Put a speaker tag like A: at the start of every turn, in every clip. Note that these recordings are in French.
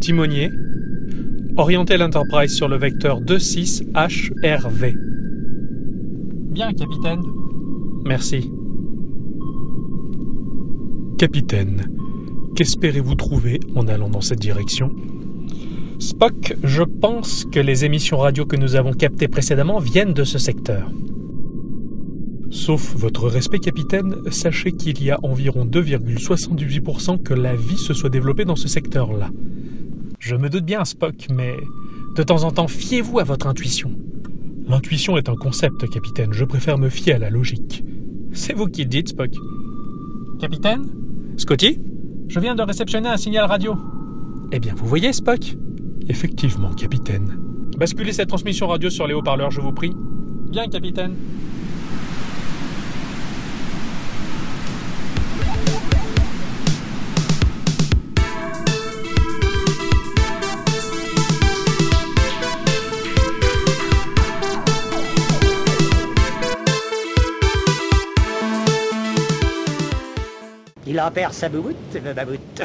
A: Timonier, orientez l'Enterprise sur le vecteur 26HRV.
B: Bien, capitaine.
A: Merci. Capitaine, qu'espérez-vous trouver en allant dans cette direction Spock, je pense que les émissions radio que nous avons captées précédemment viennent de ce secteur. Sauf votre respect, capitaine, sachez qu'il y a environ 2,78% que la vie se soit développée dans ce secteur-là. Je me doute bien, Spock, mais de temps en temps, fiez-vous à votre intuition. L'intuition est un concept, capitaine. Je préfère me fier à la logique. C'est vous qui le dites, Spock.
B: Capitaine,
A: Scotty
B: je viens de réceptionner un signal radio.
A: Eh bien, vous voyez, Spock Effectivement, capitaine. Basculez cette transmission radio sur les haut-parleurs, je vous prie.
B: Bien, capitaine.
C: Il en perd sa bouboute, le baboute.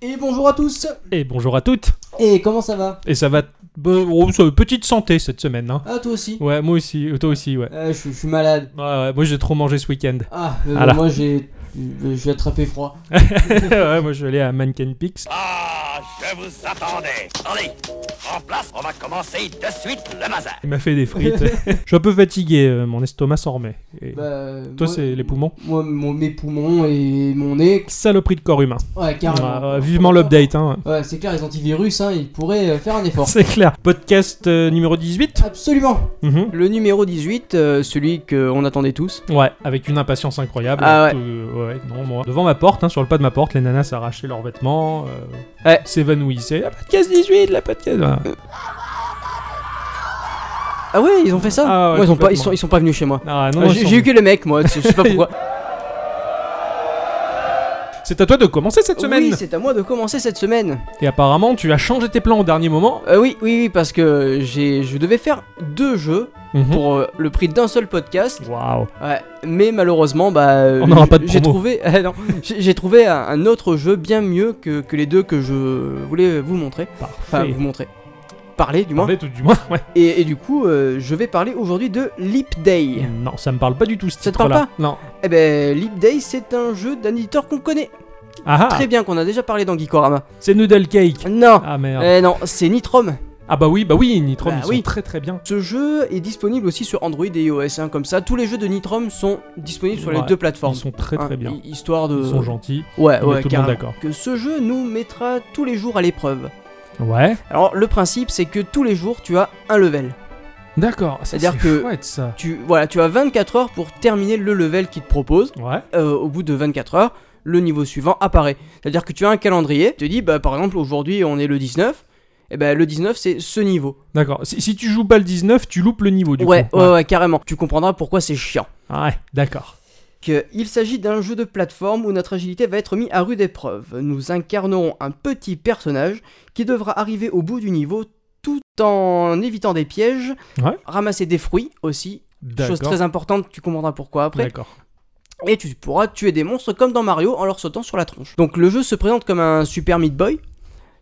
D: Et bonjour à tous
E: Et bonjour à toutes.
D: Et comment ça va
E: Et ça va. bon, oh, ça- petite santé cette semaine. Hein.
D: Ah toi aussi
E: Ouais, moi aussi. euh, Toi aussi, ouais.
D: Euh, je, suis- je suis malade.
E: Ouais, ouais, moi j'ai trop mangé ce week-end.
D: Ah, euh,
E: Ah là.
D: moi j'ai... euh, J'ai attrapé froid.
E: ouais, moi je suis allé à Mannequin Pix.
F: Ah, je vous attendais. Allez, en place, on va commencer de suite le bazar.
E: Il m'a fait des frites. je suis un peu fatigué, euh, mon estomac s'en remet. Et
D: Bah, euh,
E: toi,
D: moi-
E: c'est les poumons.
D: Moi, mon, mes poumons et mon nez.
E: Saloperie de corps humain.
D: Ouais, carrément.
E: Ouais, ouais, Ah, euh, vivement l'update, hein.
D: Ouais, c'est clair, les antivirus, hein, ils pourraient euh, faire un effort.
E: C'est clair. Podcast euh, numéro 18.
D: Absolument
E: Mhm.
D: Le numéro 18, celui qu'on attendait tous.
E: Ouais, avec une impatience incroyable.
D: Ah ouais.
E: Tout- euh, ouais, non, moi. Devant ma porte, hein, sur le pas de ma porte, les nanas s'arrachaient leurs vêtements, euh,
D: Ouais. Euh,
E: s'évanouissaient. La podcast 18, la podcast. Voilà.
D: Ah ouais, ils ont fait ça
E: Ah ouais,
D: ils, sont pas, ils,
E: complètement.
D: sont, ils sont pas venus chez moi.
E: Ah, non,
D: Ah,
E: non,
D: j'ai
E: ils sont-
D: j'ai eu que le mec, moi, je sais pas pourquoi.
E: C'est à toi de commencer cette semaine.
D: Oui, c'est à moi de commencer cette semaine.
E: Et apparemment, tu as changé tes plans au dernier moment.
D: Euh, oui, oui, oui, parce que j'ai, je devais faire deux jeux
E: Mhm.
D: pour euh, le prix d'un seul podcast.
E: Waouh.
D: Ouais, mais malheureusement, bah, euh,
E: On n'aura pas de
D: j'ai
E: promo.
D: trouvé, Ah non, j'ai j'ai trouvé un, un autre jeu bien mieux que, que les deux que je voulais vous montrer, enfin
E: Parfait.
D: vous montrer, parler du moins.
E: Parlez tout du moins. Ouais.
D: Et, et du coup, euh, je vais parler aujourd'hui de Leap Day.
E: Non, ça me parle pas du tout ce
D: Ça te
E: titre-là.
D: parle
E: Non.
D: Eh ben, Leap Day, c'est un jeu d'un éditeur qu'on connaît
E: Ah, ah
D: très bien, qu'on a déjà parlé dans Geekorama.
E: c'est Noodle Cake.
D: Non,
E: Ah merde.
D: eh non, c'est Nitrom.
E: Ah bah oui, bah oui, Nitron,
D: Bah
E: ils
D: oui.
E: sont très très bien.
D: Ce jeu est disponible aussi sur Android et iOS, hein, comme ça. Tous les jeux de Nitrom sont disponibles sur
E: Ouais,
D: les deux plateformes.
E: Ils sont très très
D: Hein,
E: bien.
D: hi- Histoire de.
E: Ils sont gentils.
D: Ouais,
E: Ils
D: ouais,
E: mettent tout le monde
D: carrément.
E: d'accord.
D: Que ce jeu nous mettra tous les jours à l'épreuve.
E: Ouais.
D: Alors, le principe, c'est que tous les jours, tu as un level.
E: D'accord. ça,
D: C'est-à-dire
E: C'est
D: que-
E: chouette ça.
D: Tu, voilà, tu as 24 heures pour terminer le level qu'il te propose.
E: Ouais.
D: Euh, au bout de 24 heures, le niveau suivant apparaît. C'est-à-dire que tu as un calendrier. Tu te dis, bah, par exemple, aujourd'hui, on est le 19. Et ben, le 19, c'est ce niveau.
E: D'accord. Si, si tu joues pas le 19, tu loupes le niveau du
D: ouais,
E: coup.
D: ouais, ouais, carrément. Tu comprendras pourquoi c'est chiant.
E: Ouais, d'accord.
D: que Il s'agit d'un jeu de plateforme où notre agilité va être mise à rude épreuve. Nous incarnerons un petit personnage qui devra arriver au bout du niveau tout en évitant des pièges,
E: Ouais.
D: ramasser des fruits aussi,
E: D'accord.
D: chose très importante, tu comprendras pourquoi après,
E: D'accord.
D: et tu pourras tuer des monstres comme dans Mario en leur sautant sur la tronche. Donc le jeu se présente comme un Super Meat Boy,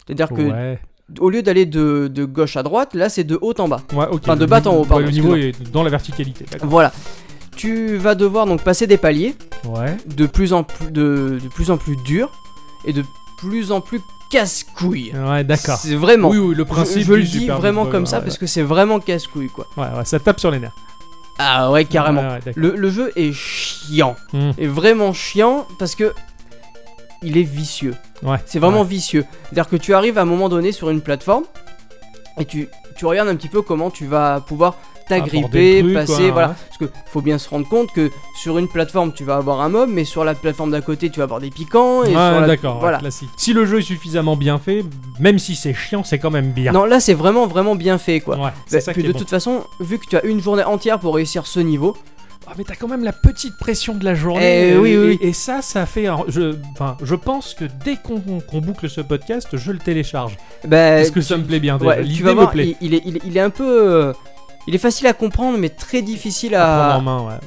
D: c'est-à-dire que
E: Ouais.
D: au lieu d'aller de, de gauche à droite, là c'est de haut en bas.
E: Ouais, ok.
D: Enfin, de
E: le
D: battre en
E: niveau-
D: haut, pardon,
E: ouais, Le niveau est dans la verticalité. D'accord.
D: Voilà. Tu vas devoir donc passer des paliers
E: Ouais.
D: de plus en plus, de, de plus en plus dur et de plus en plus casse-couille.
E: Ouais, d'accord.
D: C'est vraiment.
E: Oui, oui, le
D: Je-
E: principe.
D: je, le
E: du
D: dis
E: Super
D: vraiment
E: Meat Boy,
D: comme ça
E: ouais,
D: parce que c'est vraiment casse-couille quoi.
E: Ouais, ouais, ça tape sur les nerfs.
D: Ah ouais, carrément.
E: Ouais, ouais, d'accord.
D: Le, le jeu est chiant.
E: Hmm.
D: Est vraiment chiant parce que il est vicieux.
E: Ouais.
D: C'est vraiment vicieux. C'est-à-dire que tu arrives à un moment donné sur une plateforme et tu, tu regardes un petit peu comment tu vas pouvoir
E: Aborder
D: t'agripper,
E: le truc,
D: passer,
E: quoi,
D: voilà.
E: ouais.
D: Parce que faut bien se rendre compte que sur une plateforme tu vas avoir un mob, mais sur la plateforme d'à côté tu vas avoir des piquants et
E: Ouais,
D: sur la-
E: d'accord, ouais,
D: voilà.
E: classique. Si le jeu est suffisamment bien fait, même si c'est chiant, c'est quand même bien.
D: Non, là c'est vraiment vraiment bien fait quoi.
E: Ouais, c'est
D: Bah,
E: ça qui
D: puis
E: est
D: de
E: bon.
D: toute façon, vu que tu as une journée entière pour réussir ce niveau,
E: Ah, mais t'as quand même la petite pression de la journée.
D: Eh
E: Et-
D: oui,
E: et-
D: oui, oui.
E: Et ça, ça fait. un- Je, enfin, je pense que dès qu'on qu'on boucle ce podcast, je le télécharge.
D: Bah,
E: Parce que ça me plaît bien. déjà.
D: ouais, tu vas
E: L'idée me
D: voir,
E: plaît.
D: il, il est, il, est- il est un peu. euh, il est facile à comprendre, mais très difficile
E: À prendre
D: à.
E: en main, ouais.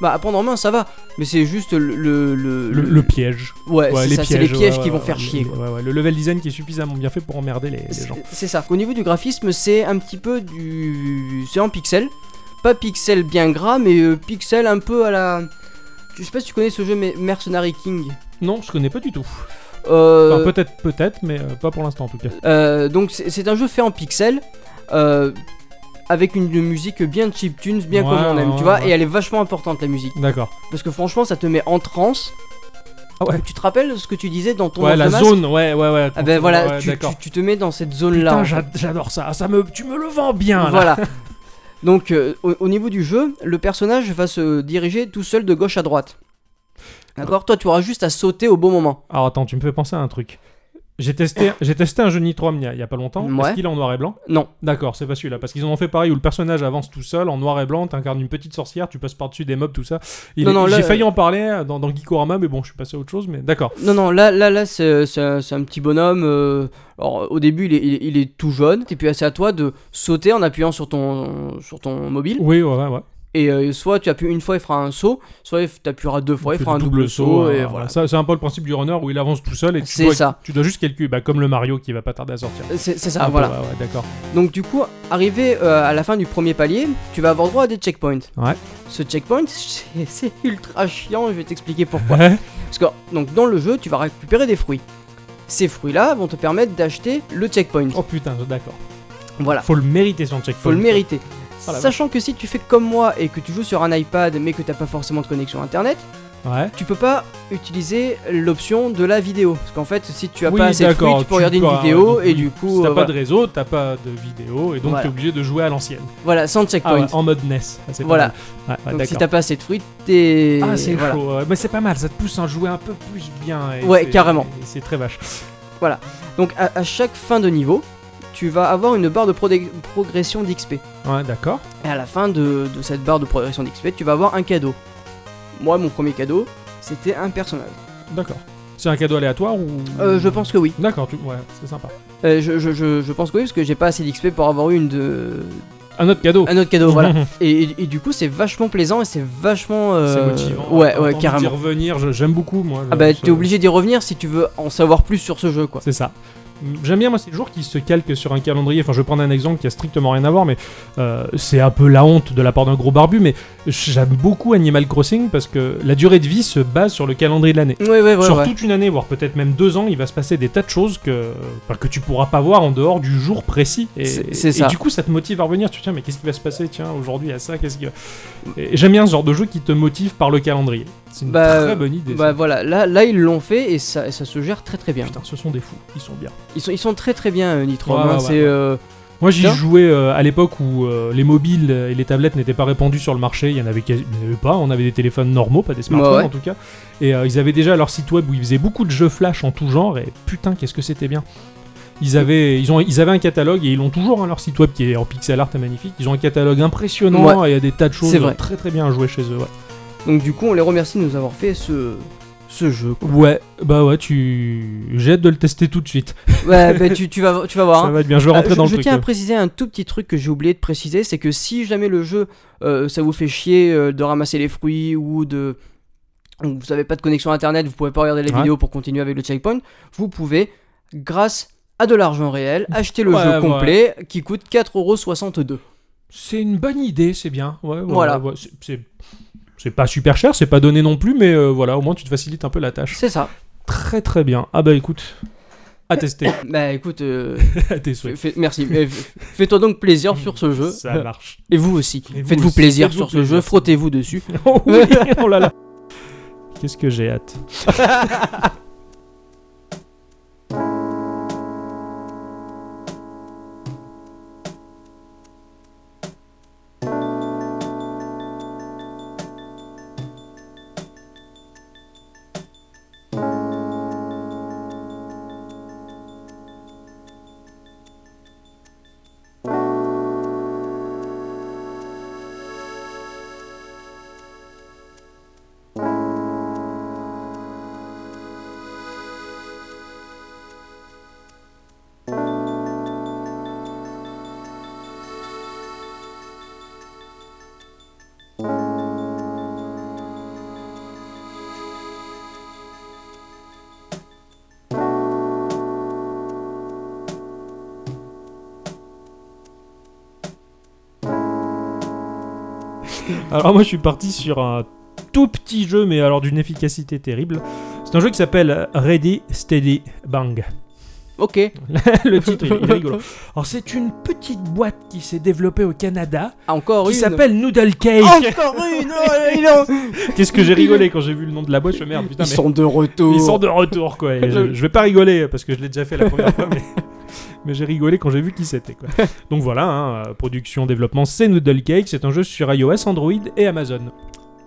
D: Bah, à prendre en main, ça va. Mais c'est juste le. Le, le,
E: Le, le piège.
D: Ouais,
E: Ouais,
D: c'est ça, c'est les
E: ouais,
D: pièges
E: ouais,
D: qui vont
E: ouais,
D: faire
E: ouais,
D: chier, quoi.
E: ouais, ouais, le level design qui est suffisamment bien fait pour emmerder les, les
D: C'est-
E: gens.
D: C'est ça. Au niveau du graphisme, c'est un petit peu du. C'est en pixel. Pas pixel bien gras, mais euh, pixel un peu à la. Je sais pas si tu connais ce jeu mais Mercenary King.
E: Non, je connais pas du tout.
D: Euh,
E: Enfin, peut-être, peut-être, mais euh, pas pour l'instant en tout cas.
D: euh, donc c'est c'est un jeu fait en pixel. euh, avec une, une musique bien chiptunes, bien
E: Ouais,
D: comme on aime,
E: ouais,
D: tu vois,
E: ouais.
D: et elle est vachement importante la musique.
E: D'accord.
D: Parce que franchement, ça te met en transe.
E: Ah ouais.
D: Tu te rappelles ce que tu disais dans ton
E: Ouais,
D: Off the
E: la
D: Mask
E: zone, ouais, ouais, ouais.
D: Ah ben voilà,
E: ouais,
D: tu, tu-
E: d'accord.
D: tu te mets dans cette zone-là.
E: Putain,
D: en fait.
E: j'a- j'adore ça. Ça me, tu me le vends bien là.
D: Voilà. Donc euh, au, au niveau du jeu, le personnage va se diriger tout seul de gauche à droite. D'accord Toi, tu auras juste à sauter au bon moment.
E: Alors attends, tu me fais penser à un truc. J'ai testé, j'ai testé un jeu Nitrome il y, a- il y a pas longtemps.
D: Ouais.
E: Est-ce qu'il est en noir et blanc
D: Non.
E: D'accord, c'est pas celui-là. Parce qu'ils en ont fait pareil où le personnage avance tout seul en noir et blanc, t'incarnes une petite sorcière, tu passes par-dessus des mobs, tout ça. Il
D: Non,
E: est-
D: non, là,
E: j'ai
D: euh,
E: failli en parler euh, dans, dans Geekorama, mais bon, je suis passé à autre chose. Mais d'accord.
D: Non, non, là, là, là, c'est c'est un, c'est un petit bonhomme. euh, alors, au début, il est, il est- il est tout jeune. Et puis, c'est à toi de sauter en appuyant sur ton, sur ton mobile.
E: Oui, ouais, ouais. ouais.
D: Et euh, soit tu appuies une fois, il fera un saut. Soit tu appuieras deux fois, il, fera un double, saut.
E: euh,
D: Et voilà.
E: Ça, c'est un peu le principe du runner où il avance tout seul et tu
D: C'est
E: dois,
D: ça.
E: tu dois juste calculer, bah, comme le Mario qui va pas tarder à sortir.
D: Euh, C'est c'est
E: Un
D: ça,
E: peu,
D: voilà.
E: ouais, ouais, d'accord.
D: Donc du coup, arrivé euh, à la fin du premier palier, tu vas avoir droit à des checkpoints.
E: Ouais.
D: Ce checkpoint, c'est c'est ultra chiant et je vais t'expliquer pourquoi.
E: Ouais.
D: Parce que donc, dans le jeu, tu vas récupérer des fruits. Ces fruits-là vont te permettre d'acheter le checkpoint.
E: Oh putain, d'accord.
D: Voilà,
E: Faut le mériter son checkpoint.
D: faut le mériter.
E: Ah, la
D: Sachant que si tu fais comme moi et que tu joues sur un iPad mais que t'as pas forcément de connexion internet,
E: Ouais.
D: tu peux pas utiliser l'option de la vidéo. Parce qu'en fait, si tu as
E: Oui,
D: pas assez de fruits,
E: d'accord,
D: tu peux regarder
E: peux-
D: une vidéo
E: donc,
D: et
E: oui,
D: du
E: si
D: coup,
E: t'as
D: euh,
E: pas
D: voilà.
E: de réseau, t'as pas de vidéo, et donc
D: Voilà.
E: t'es obligé de jouer à l'ancienne.
D: Voilà, sans
E: Ah ouais,
D: checkpoint.
E: en mode NES. Ah, c'est pas
D: Voilà.
E: mal. Ouais, ouais,
D: donc si
E: d'accord.
D: t'as pas assez de fruits, t'es.
E: Ah, c'est
D: voilà.
E: chaud. ouais. Mais c'est pas mal, ça te pousse à jouer un peu plus bien. et
D: Ouais,
E: c'est-
D: carrément.
E: et C'est très vache.
D: Donc à, à chaque fin de niveau, tu vas avoir une barre de prodé- progression d'XP.
E: Ouais, d'accord.
D: Et à la fin de, de cette barre de progression d'XP, tu vas avoir un cadeau. Moi, mon premier cadeau, c'était un personnage.
E: D'accord. C'est un cadeau aléatoire ou.
D: Euh, je pense que oui.
E: D'accord, tu- ouais, c'est sympa.
D: Euh, je, je- je- je pense que oui, parce que j'ai pas assez d'XP pour avoir eu une de...
E: Un autre cadeau.
D: un autre cadeau, voilà. Et, et- et du coup, c'est vachement plaisant et c'est vachement... euh,
E: C'est motivant. hein.
D: Ouais,
E: T'as
D: ouais,
E: envie euh, d'y
D: carrément.
E: revenir, je- j'aime beaucoup, moi.
D: Ah
E: je-
D: bah,
E: ce-
D: t'es obligé d'y revenir si tu veux en savoir plus sur ce jeu, quoi.
E: C'est ça. J'aime bien, moi, ces jours qui se calquent sur un calendrier. Enfin, je vais prendre un exemple qui a strictement rien à voir, mais euh, c'est un peu la honte de la part d'un gros barbu. Mais j'aime beaucoup Animal Crossing parce que la durée de vie se base sur le calendrier de l'année.
D: Ouais, ouais, ouais.
E: sur
D: ouais.
E: toute une année, voire peut-être même deux ans, il va se passer des tas de choses que, enfin, que tu pourras pas voir en dehors du jour précis. Et,
D: C'est- c'est
E: et
D: ça.
E: du coup, ça te motive à revenir. Tu te dis, tiens, mais qu'est-ce qui va se passer Tiens, aujourd'hui à ça, qu'est-ce qui. va- Et J'aime bien ce genre de jeu qui te motive par le calendrier. C'est une
D: Bah,
E: très bonne idée.
D: Bah
E: ça.
D: voilà, là, là ils l'ont fait et ça, et ça se gère très très bien.
E: Putain, ce sont des fous. Ils sont bien.
D: Ils sont, ils sont très très bien, euh, Nitro.
E: Ouais,
D: hein,
E: ouais,
D: c'est
E: ouais.
D: euh,
E: Moi j'y
D: Tiens.
E: jouais euh, à l'époque où euh, les mobiles et les tablettes n'étaient pas répandus sur le marché, il y en avait, quasi- il y en avait pas, on avait des téléphones normaux, pas des smartphones
D: Bah ouais.
E: en tout cas, et euh, ils avaient déjà leur site web où ils faisaient beaucoup de jeux flash en tout genre, et putain qu'est-ce que c'était bien ils avaient, ils, ont, ils avaient un catalogue et ils l'ont toujours hein, leur site web qui est en pixel art et magnifique. Ils ont un catalogue impressionnant et il y a des tas de choses
D: C'est vrai.
E: très très bien à jouer chez eux. Ouais,
D: Donc du coup, on les remercie de nous avoir fait ce, ce jeu.
E: Ouais, bah ouais, tu. J'ai hâte de le tester tout de suite.
D: Ouais, bah, tu, tu vas, tu vas voir.
E: Ça
D: hein.
E: va être bien, je vais
D: Euh,
E: rentrer
D: je
E: dans
D: je
E: le truc.
D: tiens à
E: là.
D: préciser un tout petit truc que j'ai oublié de préciser, c'est que si jamais le jeu, euh, ça vous fait chier euh, de ramasser les fruits ou de... ou Vous n'avez pas de connexion Internet, vous pouvez pas regarder la
E: Ouais.
D: vidéo pour continuer avec le checkpoint, vous pouvez, grâce à de l'argent réel, acheter le
E: Ouais,
D: jeu
E: voilà.
D: complet qui coûte 4,62€.
E: C'est une bonne idée, c'est bien. Ouais, ouais,
D: Voilà.
E: ouais, ouais. C'est- C'est c'est pas super cher, c'est pas donné non plus, mais euh, voilà, au moins tu te facilites un peu la tâche.
D: C'est ça.
E: Très très bien. Ah bah écoute, à tester,
D: Bah écoute, euh,
E: à tes souhaits. Euh,
D: fais- fais- merci. Mais f- Fais-toi donc plaisir sur ce jeu.
E: Ça marche.
D: Et vous aussi.
E: Et vous
D: Faites-vous
E: aussi.
D: plaisir
E: Faites-vous
D: sur ce
E: plaisir.
D: jeu, frottez-vous dessus.
E: Oh oui, oh là là. Qu'est-ce que j'ai hâte. Alors moi je suis parti sur un tout petit jeu, mais alors d'une efficacité terrible. C'est un jeu qui s'appelle Ready, Steady, Bang.
D: Ok.
E: Le titre il est rigolo. Alors c'est une petite boîte qui s'est développée au Canada,
D: Ah, encore
E: qui
D: une.
E: s'appelle Noodle Cake.
D: Encore une. oh, il est en-
E: Qu'est-ce que j'ai rigolé quand j'ai vu le nom de la boîte, je me suis dit, merde putain
D: Ils
E: mais...
D: sont de retour.
E: Ils sont de retour, quoi. Et je, je vais pas rigoler parce que je l'ai déjà fait la première fois, mais, mais j'ai rigolé quand j'ai vu qui c'était, quoi. Donc voilà, hein, euh, production, développement, c'est Noodle Cake. C'est un jeu sur iOS, Android et Amazon.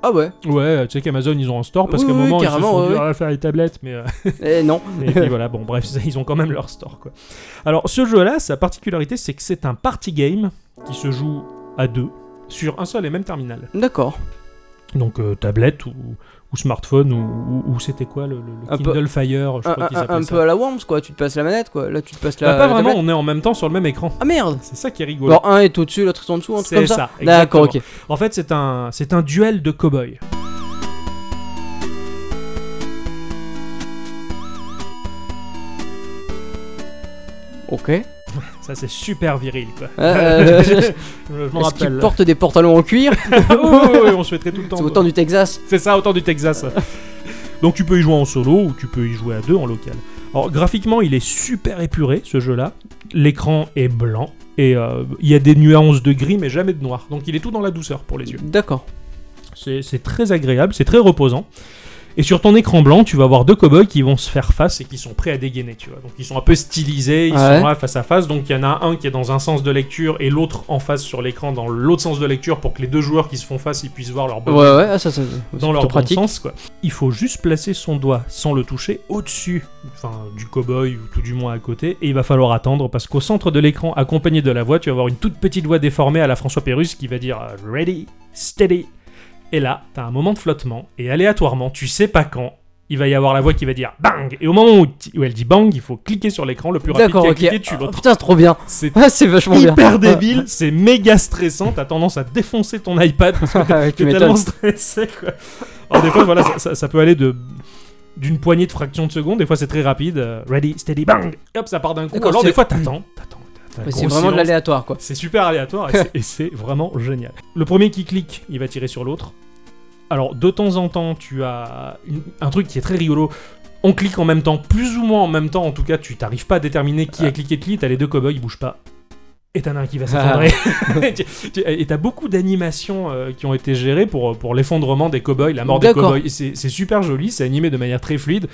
D: Ah ouais.
E: Ouais, tu sais qu'Amazon ils ont un store parce
D: Oui,
E: qu'à un
D: oui,
E: moment ils se
D: carrément,
E: sont dit,
D: ouais, ouais.
E: Ah, faire les tablettes, mais euh,
D: Eh non.
E: et puis voilà, bon bref, ils ont quand même leur store, quoi. Alors ce jeu-là, sa particularité, c'est que c'est un party game qui se joue à deux sur un seul et même terminal.
D: D'accord.
E: Donc euh, tablette ou, ou smartphone ou, ou- ou c'était quoi le, le- le
D: Un peu-
E: Kindle Fire, je
D: Un,
E: crois qu'ils
D: un-
E: appellent
D: un
E: ça.
D: peu à la Worms quoi. Tu te passes la manette quoi. Là tu te passes
E: Bah,
D: la.
E: pas
D: la
E: vraiment,
D: tablette.
E: on est en même temps sur le même écran.
D: Ah merde.
E: C'est ça qui est rigolo.
D: Alors un est au-dessus, l'autre est en dessous, un truc
E: C'est
D: comme ça.
E: ça,
D: D'accord. Ok.
E: En fait, c'est un, c'est un duel de cow-boy.
D: Ok. Euh,
E: Ça, c'est super viril, quoi.
D: euh, Est-ce
E: Je m'en
D: qu'ils
E: rappelle.
D: portent des pantalons en cuir
E: Oh, oui, oui, on se fêtait tout le temps.
D: C'est autant du Texas.
E: C'est ça, autant du Texas. Donc tu peux y jouer en solo ou tu peux y jouer à deux en local. Alors graphiquement, il est super épuré ce jeu-là. L'écran est blanc et euh, il y a des nuances de gris mais jamais de noir. Donc il est tout dans la douceur pour les yeux.
D: D'accord.
E: C'est c'est très agréable, c'est très reposant. Et sur ton écran blanc, tu vas avoir deux cow-boys qui vont se faire face et qui sont prêts à dégainer, tu vois. Donc ils sont un peu stylisés, ils
D: Ouais.
E: sont là face à face. Donc il y en a un qui est dans un sens de lecture et l'autre en face sur l'écran dans l'autre sens de lecture pour que les deux joueurs qui se font face ils puissent voir leur
D: Ouais
E: bonne
D: ouais. ah, ça ça. c'est
E: dans
D: plutôt
E: leur bon
D: pratique.
E: sens quoi. Il faut juste placer son doigt sans le toucher au-dessus enfin du cow-boy ou tout du moins à côté et il va falloir attendre parce qu'au centre de l'écran accompagné de la voix, tu vas avoir une toute petite voix déformée à la François Pérus qui va dire euh, ready, steady. Et là, t'as un moment de flottement et aléatoirement, tu sais pas quand il va y avoir la voix qui va dire bang et au moment où, t- où elle dit bang, il faut cliquer sur l'écran le plus rapide
D: D'accord.
E: qu'à
D: Ok.
E: cliquer dessus
D: Ah,
E: l'autre.
D: putain c'est trop bien.
E: C'est
D: Ah c'est vachement bien.
E: hyper débile, c'est méga stressant, t'as tendance à défoncer ton iPad
D: Ah, ouais, tu
E: T'es tellement
D: m'étonnes.
E: stressé quoi. Alors des fois voilà ça, ça- ça peut aller de d'une poignée de fractions de secondes, des fois c'est très rapide, euh, ready, steady, bang, et hop ça part d'un coup.
D: D'accord,
E: Alors des
D: c'est-
E: fois t'attends, t'attends, t'as- t'as
D: Mais
E: un
D: C'est
E: gros
D: vraiment de
E: silence.
D: l'aléatoire quoi.
E: C'est super aléatoire et c'est- et c'est vraiment génial. Le premier qui clique, il va tirer sur l'autre. Alors de temps en temps tu as une- un truc qui est très rigolo. On clique en même temps, plus ou moins en même temps, en tout cas tu t'arrives pas à déterminer qui
D: Ah.
E: a cliqué de qui, t'as les deux cow-boys, ils bougent pas. Et t'en as un qui va
D: Ah.
E: s'effondrer. Et tu- tu- et t'as beaucoup d'animations euh, qui ont été gérées pour, pour l'effondrement des cow-boys, la mort des
D: D'accord.
E: cow-boys. Et C'est c'est super joli, c'est animé de manière très fluide.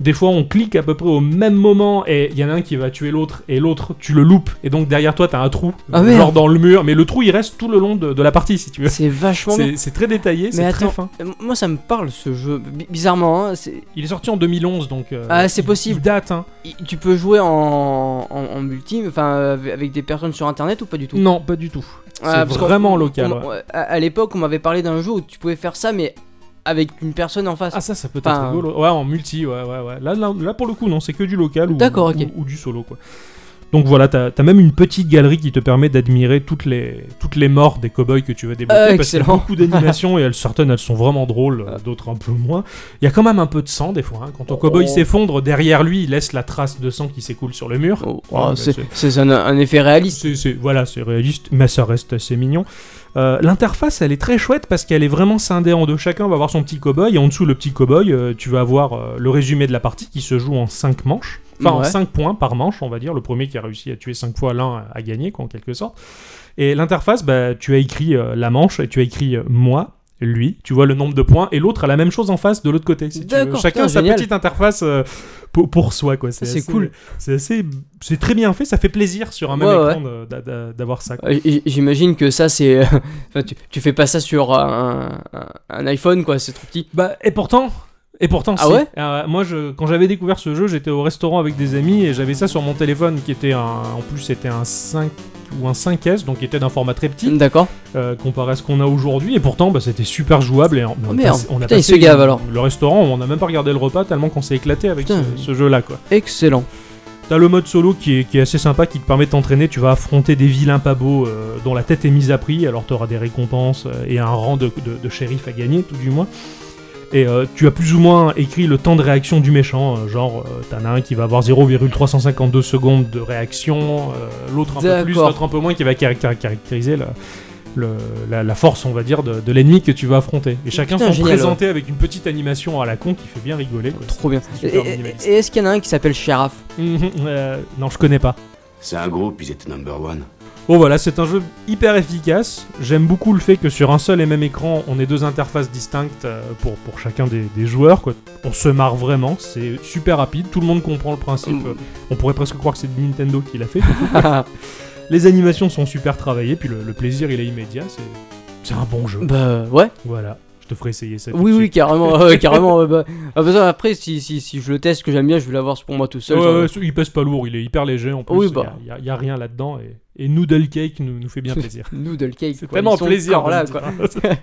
E: Des fois, on clique à peu près au même moment et il y en a un qui va tuer l'autre et l'autre, tu le loupes. Et donc derrière toi, t'as un trou,
D: Ah merde.
E: genre dans le mur. Mais le trou, il reste tout le long de, de la partie, si tu veux.
D: C'est vachement bien.
E: C'est c'est très détaillé, c'est
D: Mais
E: très
D: attends.
E: fin.
D: Euh, Moi ça me parle ce jeu. Bi- Bizarrement hein, c'est
E: Il est sorti en 2011, donc euh,
D: Ah, c'est
E: il-
D: possible.
E: Il date, hein.
D: I- Tu peux jouer en, en, en multi, enfin euh, avec- avec des personnes sur internet ou pas du tout
E: Non, pas du tout.
D: Ah,
E: c'est
D: parce qu'on-
E: vraiment
D: on-
E: local. ouais.
D: on- à, à l'époque, on m'avait parlé d'un jeu où tu pouvais faire ça, mais avec une personne en face.
E: Ah ça, ça peut être
D: Enfin,
E: rigolo. Ouais, en multi, ouais, ouais, ouais. Là, là, là, pour le coup, non, c'est que du local ou,
D: D'accord, ok.
E: ou, ou du solo, quoi. Donc voilà, t'as as même une petite galerie qui te permet d'admirer toutes les, toutes les morts des cow-boys que tu veux débloquer.
D: Euh,
E: parce qu'il y a
D: excellent. Ah.
E: beaucoup d'animations et elles, certaines, elles sont vraiment drôles, euh, d'autres un peu moins. Il y a quand même un peu de sang des fois. hein. Quand ton cow-boy
D: Oh.
E: s'effondre, derrière lui, il laisse la trace de sang qui s'écoule sur le mur.
D: Oh,
E: Ouais,
D: oh,
E: bah,
D: c'est
E: c'est-
D: c'est un, un effet réaliste.
E: C'est, c'est- voilà, c'est réaliste, mais ça reste assez mignon. Euh, l'interface, elle est très chouette parce qu'elle est vraiment scindée en deux. Chacun va avoir son petit cow-boy, et en dessous, le petit cow-boy, euh, tu vas avoir euh, le résumé de la partie qui se joue en 5 manches. Enfin, en
D: Ouais.
E: 5 points par manche, on va dire. Le premier qui a réussi à tuer 5 fois l'un a gagné, quoi, en quelque sorte. Et l'interface, bah, tu as écrit euh, la manche et tu as écrit euh, moi. Lui, tu vois le nombre de points, et l'autre a la même chose en face de l'autre côté. si tu veux.
D: D'accord,
E: Chacun
D: putain,
E: a sa
D: génial.
E: petite interface euh, pour, pour soi, quoi.
D: Ça, c'est
E: assez-
D: cool.
E: c'est assez, c'est très bien fait. Ça fait plaisir sur un même
D: Ouais,
E: écran de- d'a- d'a- d'avoir ça. quoi.
D: Euh, j- J'imagine que ça, c'est. euh, enfin, tu, tu fais pas ça sur euh, un, un- un iPhone, quoi, c'est trop petit.
E: Bah et pourtant. Et pourtant,
D: Ah
E: si.
D: ouais
E: Euh, moi, je, quand j'avais découvert ce jeu, j'étais au restaurant avec des amis et j'avais ça sur mon téléphone qui était un, en plus c'était un 5 ou un 5S, donc qui était d'un format très petit
D: D'accord.
E: euh, comparé à ce qu'on a aujourd'hui. Et pourtant, bah, c'était super jouable. Et on, on a
D: Oh, merde.
E: passé- on a
D: Putain, il
E: passé
D: se gave, alors.
E: Le restaurant, on n'a même pas regardé le repas tellement qu'on s'est éclaté avec
D: Putain.
E: ce- ce jeu-là, quoi.
D: Excellent.
E: T'as le mode solo qui est, qui est assez sympa, qui te permet de t'entraîner. Tu vas affronter des vilains pas beaux euh, dont la tête est mise à prix. Alors t'auras des récompenses euh, et un rang de, de- de shérif à gagner, tout du moins. Et euh, tu as plus ou moins écrit le temps de réaction du méchant. euh, genre, euh, t'en as un qui va avoir 0,352 secondes de réaction, euh, l'autre un peu plus,
D: D'accord.
E: l'autre un peu moins, qui va chara- chara- caractériser la, le- la, la force, on va dire, de, de l'ennemi que tu vas affronter. Et chacun
D: Putain,
E: sont
D: génial,
E: présentés avec une petite animation à la con qui fait bien rigoler. quoi.
D: Trop bien.
E: C'est
D: Et,
E: super
D: et-
E: minimaliste.
D: et est-ce qu'il y en a un qui s'appelle Sharaf
E: Mhm, euh, non, je connais pas.
G: C'est un groupe, ils étaient number one.
E: Bon voilà, c'est un jeu hyper efficace. J'aime beaucoup le fait que sur un seul et même écran, on ait deux interfaces distinctes euh, pour, pour chacun des, des joueurs. Quoi. On se marre vraiment, c'est super rapide, tout le monde comprend le principe.
D: Mm.
E: On pourrait presque croire que c'est Nintendo qui l'a fait. Les animations sont super travaillées, puis le, le plaisir il est immédiat, c'est, c'est un bon jeu.
D: Bah ouais.
E: Voilà, je te ferai essayer ça. tout
D: Oui
E: de
D: oui
E: suite.
D: carrément euh, carrément. euh, bah, ah, bah, ça, après si, si, si je le teste que j'aime bien je vais l'avoir pour moi tout seul.
E: Ouais,
D: genre.
E: ouais, il pèse pas lourd, il est hyper léger en plus.
D: Oui,
E: il y a-
D: bah.
E: il y a, il y a rien là-dedans et, et Noodle Cake nous, nous fait bien plaisir.
D: Noodle cake.
E: C'est
D: quoi,
E: tellement
D: ils sont
E: plaisir.
D: encore là
E: de
D: quoi.
E: le dire.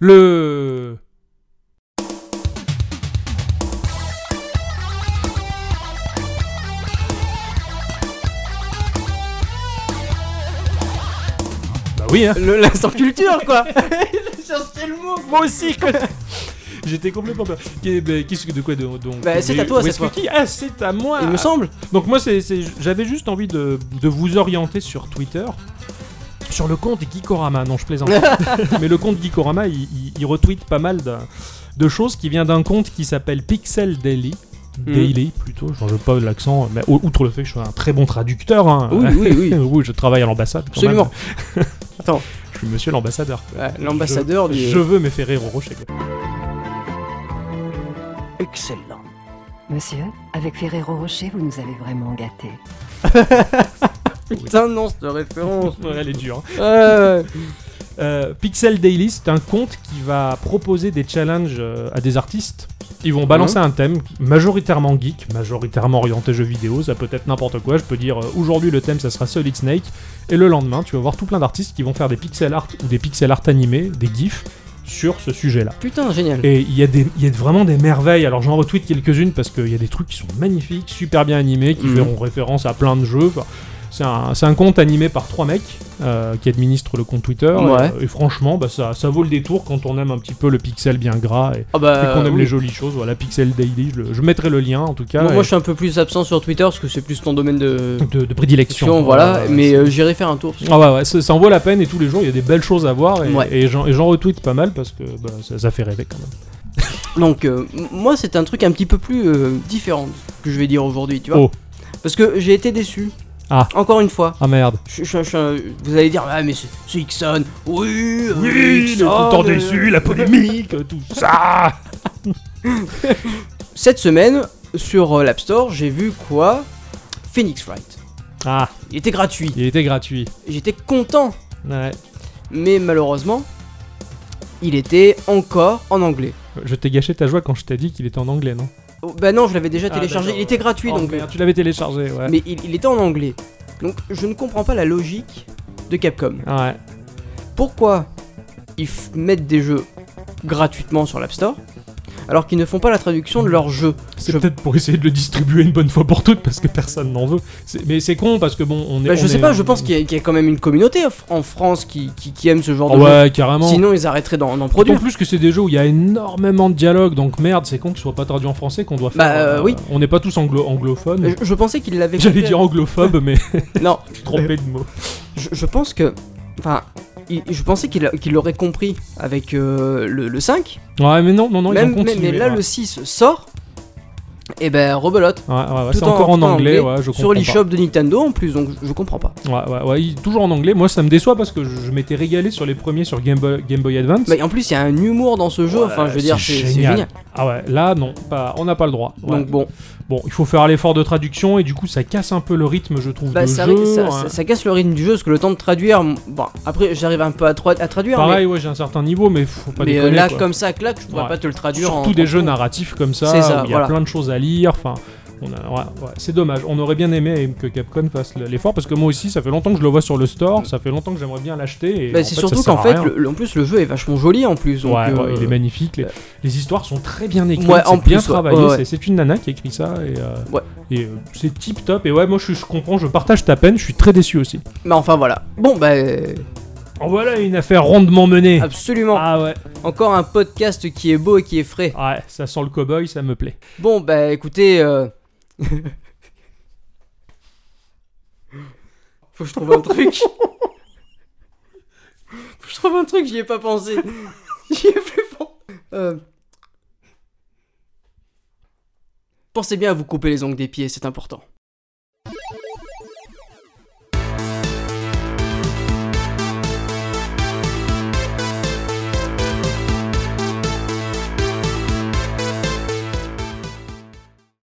E: le. Bah oui, hein.
D: Le- L'instant culture quoi. Il a cherché le mot.
E: Moi aussi, quoi. J'étais complètement perdu. Qu'est- bah, Qu'est-ce que de quoi donc
D: Bah, c'est à toi, cette fois.
E: Ah, c'est à moi.
D: Il me semble.
E: Donc moi, c'est- c'est- j'avais juste envie de, de vous orienter sur Twitter, sur le compte Geekorama. Non, je plaisante. Mais le compte Geekorama, il, il- il retweet pas mal de, de choses qui vient d'un compte qui s'appelle Pixel Daily.
D: Mhm.
E: Daily plutôt, je change pas l'accent, mais au- outre le fait que je sois un très bon traducteur, hein.
D: Oui oui oui.
E: Oui, je travaille à l'ambassade. quand
D: Absolument.
E: même.
D: Attends.
E: je suis monsieur l'ambassadeur. quoi.
D: Ouais, L'ambassadeur du.
E: Je veux me faire rire au rocher. quoi.
C: Excellent.
H: Monsieur, avec Ferrero Rocher, vous nous avez vraiment gâtés.
D: Putain non cette référence.
E: Ouais, elle est dure. hein.
D: Euh,
E: Euh, Pixel Daily, c'est un compte qui va proposer des challenges euh, à des artistes. Ils vont balancer un thème majoritairement geek, majoritairement orienté jeux vidéo, ça peut être n'importe quoi. Je peux dire euh, aujourd'hui le thème ça sera Solid Snake, et le lendemain tu vas voir tout plein d'artistes qui vont faire des pixel art ou des pixel art animés, des gifs sur ce sujet-là.
D: putain génial.
E: Et il y, a des- il y a vraiment des merveilles. Alors j'en retweet quelques-unes parce qu'il y a des trucs qui sont magnifiques, super bien animés, qui
D: Mhm.
E: feront référence à plein de jeux. Enfin, c'est un, c'est un compte animé par trois mecs euh, qui administrent le compte Twitter.
D: Ouais.
E: Et, et franchement, bah, ça, ça vaut le détour quand on aime un petit peu le pixel bien gras et, et
D: Ah bah.
E: qu'on aime
D: oui.
E: les jolies choses. Voilà, Pixel Daily, je, le- je mettrai le lien en tout cas.
D: Bon, moi
E: et-
D: je suis un peu plus absent sur Twitter parce que c'est plus ton domaine de.
E: de, de prédilection.
D: voilà,
E: Euh,
D: mais
E: c'est-
D: euh, j'irai faire un tour. parce que-
E: Ah ouais, ouais, ça, ça en vaut la peine et tous les jours il y a des belles choses à voir et,
D: Ouais.
E: et j'en et j'en retweet pas mal parce que bah, ça, ça fait rêver quand même.
D: Donc, euh, m- moi, c'est un truc un petit peu plus euh, différent de ce que je vais dire aujourd'hui, tu vois.
E: Oh.
D: Parce que j'ai été déçu.
E: Ah.
D: Encore une fois.
E: Ah merde.
D: Je- je- je- vous allez dire, ah, mais c'est c'est Ixon. Oui, euh,
E: Oui, le
D: Ixon,
E: temps
D: euh.
E: déçu, la polémique, tout ça.
D: Cette semaine, sur euh, l'App Store, j'ai vu quoi Phoenix Wright.
E: Ah,
D: Il était gratuit.
E: il était gratuit.
D: J'étais content,
E: Ouais.
D: mais malheureusement, il était encore en anglais.
E: Je t'ai gâché ta joie quand je t'ai dit qu'il était en anglais, non
D: Oh, bah non, je l'avais déjà téléchargé.
E: Ah, d'accord.
D: Il était gratuit,
E: Oh,
D: donc. euh,
E: merde, tu l'avais téléchargé, ouais.
D: Mais il, il était en anglais. Donc je ne comprends pas la logique de Capcom.
E: Ouais.
D: Pourquoi ils f- mettent des jeux gratuitement sur l'App Store alors qu'ils ne font pas la traduction de leurs jeux
E: C'est
D: Je-
E: peut-être pour essayer de le distribuer une bonne fois pour toutes parce que personne n'en veut. C'est- Mais c'est con parce que bon, on est.
D: Bah, Je
E: on
D: sais
E: est-
D: pas, je pense qu'il y, a- qu'il y a quand même une communauté en F- en France qui, qui, qui aime ce genre
E: Oh
D: de
E: ouais, carrément.
D: jeu. Sinon ils arrêteraient d'en d'en
E: D'autant
D: produire.
E: plus que c'est des jeux où il y a énormément de dialogues, donc merde, c'est con qu'ils soient pas traduits en français, qu'on doit faire.
D: Bah, euh, oui.
E: On n'est pas tous anglo anglophones.
D: Je, je pensais qu'ils l'avaient.
E: J'allais
D: fait.
E: dire anglophobes, mais
D: Non,
E: trompé de mots.
D: je, je pense que. Enfin, il- je pensais qu'il qu'il l'aurait compris avec euh, le, le 5.
E: Ouais, mais non, non, non,
D: même,
E: ils ont
D: mais-
E: continué.
D: mais là
E: ouais.
D: le 6 sort. Et ben rebelote.
E: Ouais, ouais, ouais,
D: Tout
E: c'est encore en
D: tout
E: anglais, ouais, je comprends.
D: sur
E: pas.
D: l'eShop de Nintendo en plus, donc je, je comprends pas.
E: Ouais, ouais, ouais, il- toujours en anglais. Moi, ça me déçoit parce que je, je m'étais régalé sur les premiers sur Game Boy, Game Boy Advance.
D: Mais en plus, il y a un humour dans ce jeu,
E: Ouais,
D: enfin, je veux dire, c'est c'est génial.
E: Ah ouais, là, non, pas, on n'a pas le droit. Ouais.
D: Donc bon,
E: bon, il faut faire l'effort de traduction et du coup, ça casse un peu le rythme, je trouve,
D: bah,
E: de
D: ça,
E: jeu.
D: ça-
E: hein.
D: ça- ça casse le rythme du jeu, parce que le temps de traduire, bon, après, j'arrive un peu à, tra- à traduire,
E: Pareil, ouais, j'ai un certain niveau, mais faut
D: mais,
E: pas
D: mais, euh,
E: déconner.
D: là,
E: quoi.
D: comme ça, clac, je pourrais
E: Ouais.
D: pas te le traduire en...
E: Surtout des jeux narratifs comme ça,
D: C'est ça,
E: où il y a
D: voilà.
E: plein de choses à lire. Enfin, on a- ouais, ouais, c'est dommage. On aurait bien aimé que Capcom fasse le- l'effort parce que moi aussi, ça fait longtemps que je le vois sur le store, ça fait longtemps que j'aimerais bien l'acheter. et
D: Bah,
E: en
D: c'est
E: fait, ça
D: surtout
E: sert
D: qu'en
E: à
D: fait,
E: rien.
D: le- le- en plus, le jeu est vachement joli, en plus, donc...
E: ouais, ouais,
D: euh,
E: il est magnifique. Les,
D: euh,
E: les histoires sont très bien écrites,
D: Ouais, en
E: c'est bien
D: plus, ouais,
E: travaillé.
D: ouais, ouais.
E: c'est- C'est une nana qui a écrit ça et, euh,
D: Ouais.
E: et, euh, c'est tip top. Et ouais, moi je, je comprends, je partage ta peine, je suis très déçu aussi.
D: Mais enfin, voilà. Bon, bah, euh,
E: Oh, voilà une affaire rondement menée.
D: absolument.
E: Ah ouais,
D: Encore un podcast qui est beau et qui est frais.
E: ouais, ça sent le cowboy, ça me plaît.
D: Bon, bah, écoutez... euh, Faut que je trouve un truc. je trouve un truc, j'y ai pas pensé. j'y ai plus pensé. Euh, Pensez bien à vous couper les ongles des pieds, c'est important.